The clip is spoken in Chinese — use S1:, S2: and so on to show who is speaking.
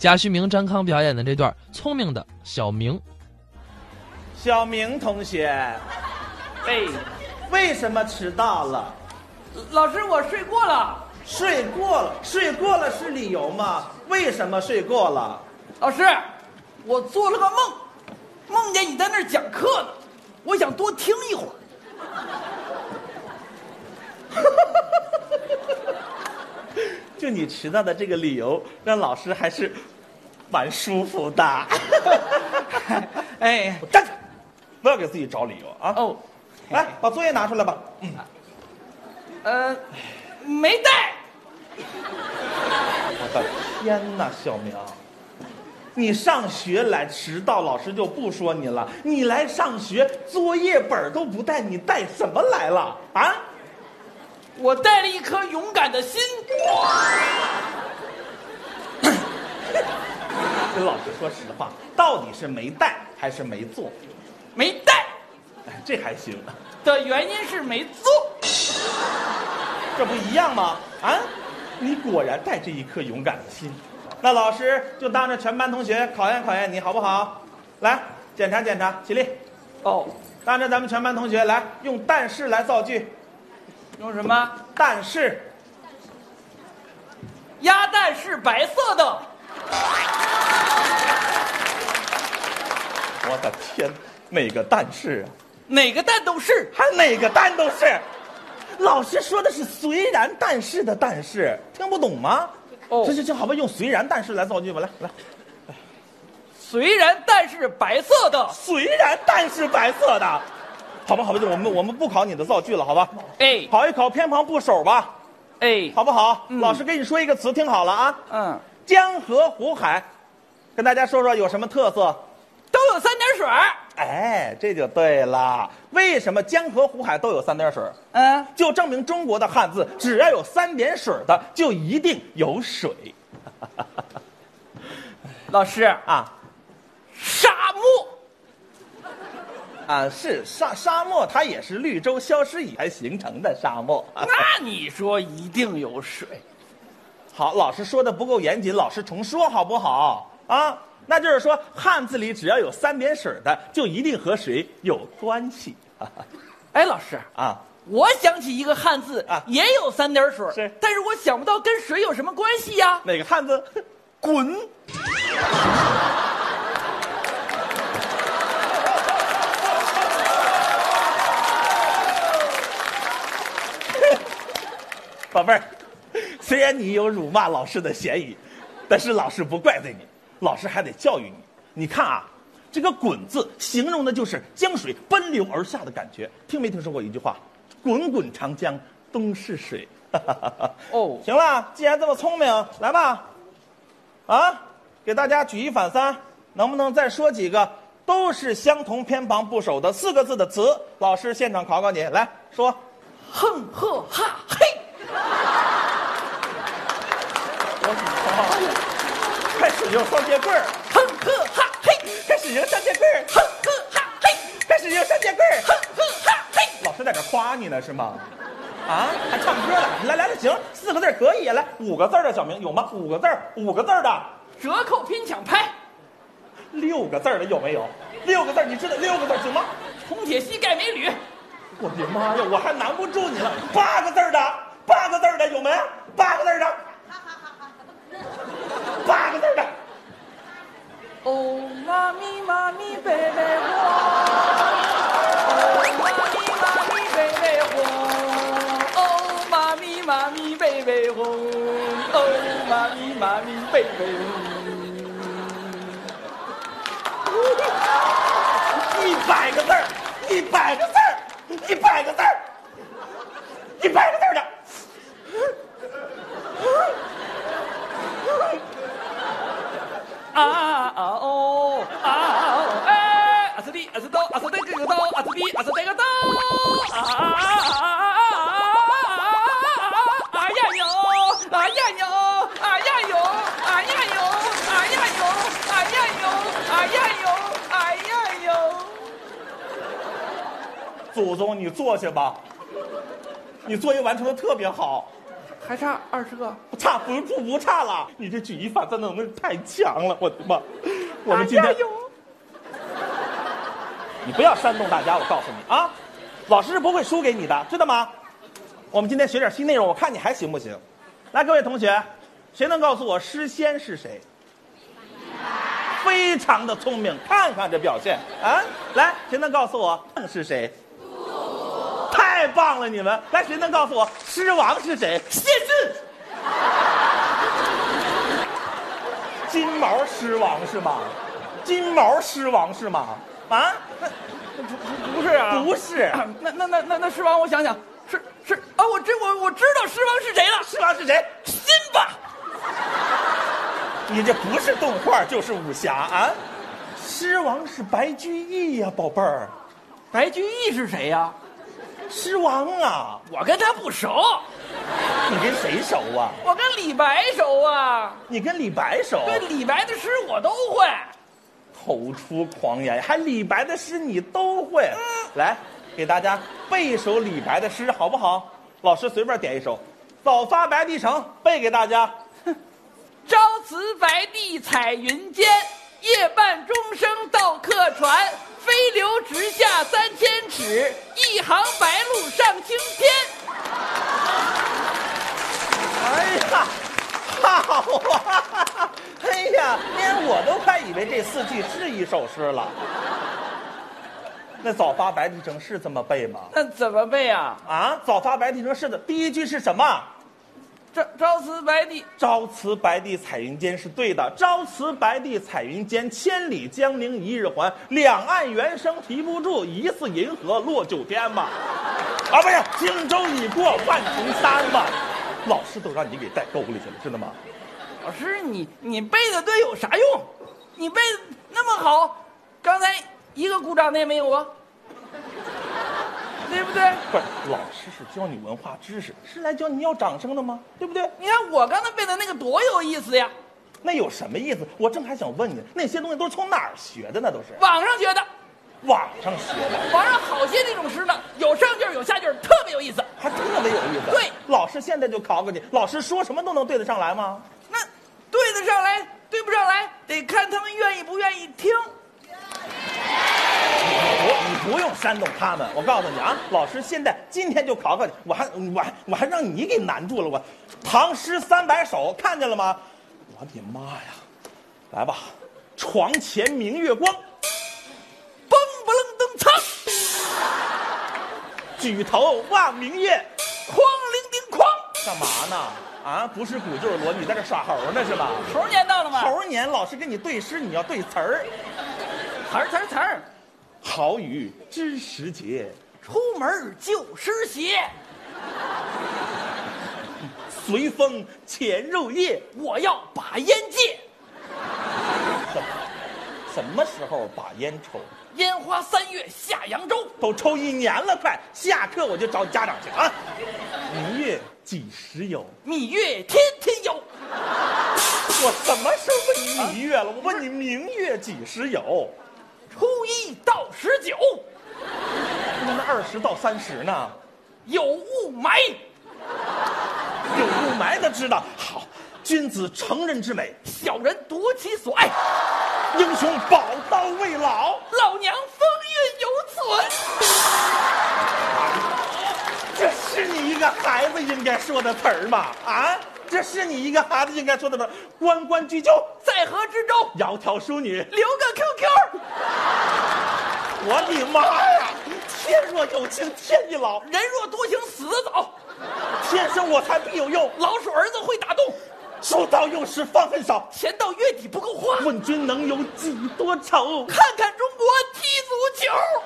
S1: 贾旭明、张康表演的这段《聪明的小明》。
S2: 小明同学，
S3: 哎，
S2: 为什么迟到了？
S3: 老师，我睡过了。
S2: 睡过了，睡过了是理由吗？为什么睡过了？
S3: 老师，我做了个梦，梦见你在那儿讲课呢，我想多听一会儿。
S2: 就你迟到的这个理由，让老师还是蛮舒服的。
S3: 哎
S2: 我，站起来，不要给自己找理由啊！
S3: 哦，
S2: 来，把作业拿出来吧。嗯，
S3: 呃，没带。
S2: 我的天哪，小明，你上学来迟到，老师就不说你了。你来上学，作业本儿都不带，你带什么来了啊？
S3: 我带了一颗勇敢的心。
S2: 跟老师说实话，到底是没带还是没做？
S3: 没带
S2: 哎，这还行，
S3: 的原因是没做。
S2: 这不一样吗？啊，你果然带着一颗勇敢的心。那老师就当着全班同学考验考验你好不好？来，检查检查，起立。
S3: 哦，
S2: 当着咱们全班同学来用但是来造句，
S3: 用什么？
S2: 但是
S3: 鸭蛋是白色的。
S2: 我的天，哪个但是啊？
S3: 哪个蛋都是。
S2: 还哪个但都是？老师说的是虽然但是的但是，听不懂吗？
S3: 哦
S2: 行行行，好吧，用虽然但是来造句吧，来来，
S3: 虽然蛋是白色的，
S2: 虽然但是白色的，好吧好吧，就我们我们不考你的造句了，好吧？
S3: 哎
S2: 考一考偏旁部首吧，
S3: 哎，
S2: 好不好？
S3: 嗯
S2: 老师给你说一个词，听好了啊，
S3: 嗯，
S2: 江河湖海，跟大家说说有什么特色？
S3: 都有三点水儿。
S2: 哎，这就对了。为什么江河湖海都有三点水儿？
S3: 嗯，
S2: 就证明中国的汉字只要有三点水儿的，就一定有水
S3: 老师，
S2: 啊
S3: 沙漠
S2: 啊！是沙沙漠，它也是绿洲消失以才形成的沙漠。
S3: 那你说一定有水？
S2: 好，老师说的不够严谨，老师重说好不好？啊，那就是说汉字里只要有三点水儿的，就一定和水有关系
S3: 哎，老师，
S2: 啊。
S3: 我想起一个汉字
S2: 啊
S3: 也有三点水，
S2: 是
S3: 但是我想不到跟水有什么关系呀、
S2: 哪个汉字？ 滚！宝贝儿，虽然你有辱骂老师的嫌疑，但是老师不怪罪你，老师还得教育你。你看啊，这个“滚”字形容的就是江水奔流而下的感觉。听没听说过一句话？“滚滚长江东逝水。”
S3: 哦
S2: 行了，既然这么聪明，来吧，啊，给大家举一反三，能不能再说几个都是相同偏旁部首的四个字的词？老师现场考考你，来说，
S3: 哼呵哈嘿，
S2: 开始用双截棍儿，
S3: 哼呵哈嘿，
S2: 开始用双截棍儿，
S3: 哼呵哈嘿，
S2: 开始用双截棍儿。
S3: 哼呵哈嘿。
S2: 老师在这夸你呢是吗？啊，还唱歌了？来来来，行，四个字儿可以，来五个字儿的小明有吗？五个字儿，五个字儿的，
S3: 折扣拼抢拍，
S2: 六个字儿的有没有？六个字儿，你知道六个字儿行吗？
S3: 红铁膝盖美女，
S2: 我的妈呀，我还难不住你了！八个字儿的，八个字儿的有没？八个字儿的，八个字儿的，
S3: 哦，妈咪妈咪贝贝火，哦，妈咪妈咪贝贝火，哦，妈咪妈咪贝贝火，哦，妈咪妈咪贝贝红。
S2: 一百个字儿，一百个字儿，一百个字儿，一百个字儿的。
S3: 啊啊哦啊哦哎，阿斯利阿斯刀阿斯那个刀阿斯利阿斯那个刀啊啊啊啊啊啊呀牛啊呀牛啊呀牛啊呀牛啊呀牛啊呀牛啊呀牛啊呀牛，
S2: 祖宗，你坐下吧，你作业完成的特别好，
S3: 还差二十个。
S2: 差不不不差了，你这举一反三的能力太强了，我的妈！我们今
S3: 哎
S2: 天
S3: 呀哟
S2: 你不要煽动大家，我告诉你啊，老师是不会输给你的，知道吗？我们今天学点新内容，我看你还行不行？来，各位同学，谁能告诉我诗仙是谁？非常的聪明，看看这表现啊！来，谁能告诉我邓是谁？太棒了，你们！来，谁能告诉我狮王是谁？谢逊。金毛狮王是吗？金毛狮王是吗？啊？那
S3: 不是啊，
S2: 不是，
S3: 那那那那那狮王，我想想，是是啊，我知我我知道狮王是谁了，
S2: 狮王是谁？
S3: 辛巴。
S2: 你这不是动画就是武侠啊！狮王是白居易呀、宝贝儿，
S3: 白居易是谁呀、
S2: 狮王啊，
S3: 我跟他不熟，
S2: 你跟谁熟啊？
S3: 我跟李白熟啊。
S2: 你跟李白熟？
S3: 对，李白的诗我都会。
S2: 口出狂言，还李白的诗你都会？来，给大家背一首李白的诗好不好？老师随便点一首，《早发白帝城》背给大家。
S3: 朝辞白帝彩云间，夜半钟声到客船。飞流直下三千尺，一行白鹭上青天。
S2: 哎呀，好啊！哎呀，连我都快以为这四句是一首诗了。那早发白帝城是这么背吗？
S3: 那怎么背啊？
S2: 啊，早发白帝城是的，第一句是什么？
S3: 朝朝辞白帝，
S2: 朝辞白帝彩云间是对的。朝辞白帝彩云间，千里江陵一日还。两岸猿声啼不住，疑似银河落九天嘛。啊，不是，轻舟已过万重山嘛。老师都让你给带沟里去了，知道吗？
S3: 老师你你背的对有啥用？你背得那么好，刚才一个鼓掌的也没有啊，对不对？
S2: 不是，老师是教你文化知识，是来教你要掌声的吗？对不对？
S3: 你看我刚才背的那个多有意思呀，
S2: 那有什么意思？我正还想问你，那些东西都是从哪儿学的呢？都是
S3: 网上学的。
S2: 网上学的，
S3: 网上好些这种诗呢，有上句儿有下句儿，特别有意思。
S2: 还特别有意思。
S3: 对，
S2: 老师现在就考考你，老师说什么都能对得上来吗？
S3: 那对得上来，对不上来，得看他们愿意不愿意听。
S2: 不，你不用煽动他们。我告诉你啊，老师现在今天就考考你，我还我还我还让你给难住了。我《唐诗三百首》看见了吗？我的妈呀！来吧，床前明月光。
S3: 嘣不楞登苍，
S2: 举头望明月，
S3: 哐铃叮哐。
S2: 干嘛呢？啊，不是鼓就是锣，你在这耍猴呢是吧？
S3: 猴年到了吗？
S2: 猴年老师跟你对诗，你要对词儿。
S3: 词儿词儿词儿，
S2: 好雨知时节，
S3: 出门儿就湿鞋，
S2: 随风潜入夜。
S3: 我要把烟戒，
S2: 什什么时候把烟抽？
S3: 烟花三月下扬州，
S2: 都抽一年了，快下课我就找家长去啊！明月几时有？
S3: 蜜月天天有。
S2: 我什么时候问你明月了？我问你明月几时有？
S3: 初一到十九
S2: 那那二十到三十呢？
S3: 有雾霾，
S2: 有雾霾的知道。好，君子成人之美，
S3: 小人夺其所爱，
S2: 英雄宝刀未老。
S3: 老娘风韵犹存。
S2: 这是你一个孩子应该说的词儿吗？啊，这是你一个孩子应该说的词儿。关关雎鸠，
S3: 在河之洲
S2: 窈窕淑女。
S3: 留个 QQ，
S2: 我的妈呀！天若有情天亦老，
S3: 人若多情死得早，
S2: 天生我材必有用。
S3: 老鼠儿子会打洞，
S2: 书到用时方恨少。
S3: 钱到月底不够花。
S2: 问君能有几多愁？
S3: 看看中国踢足球，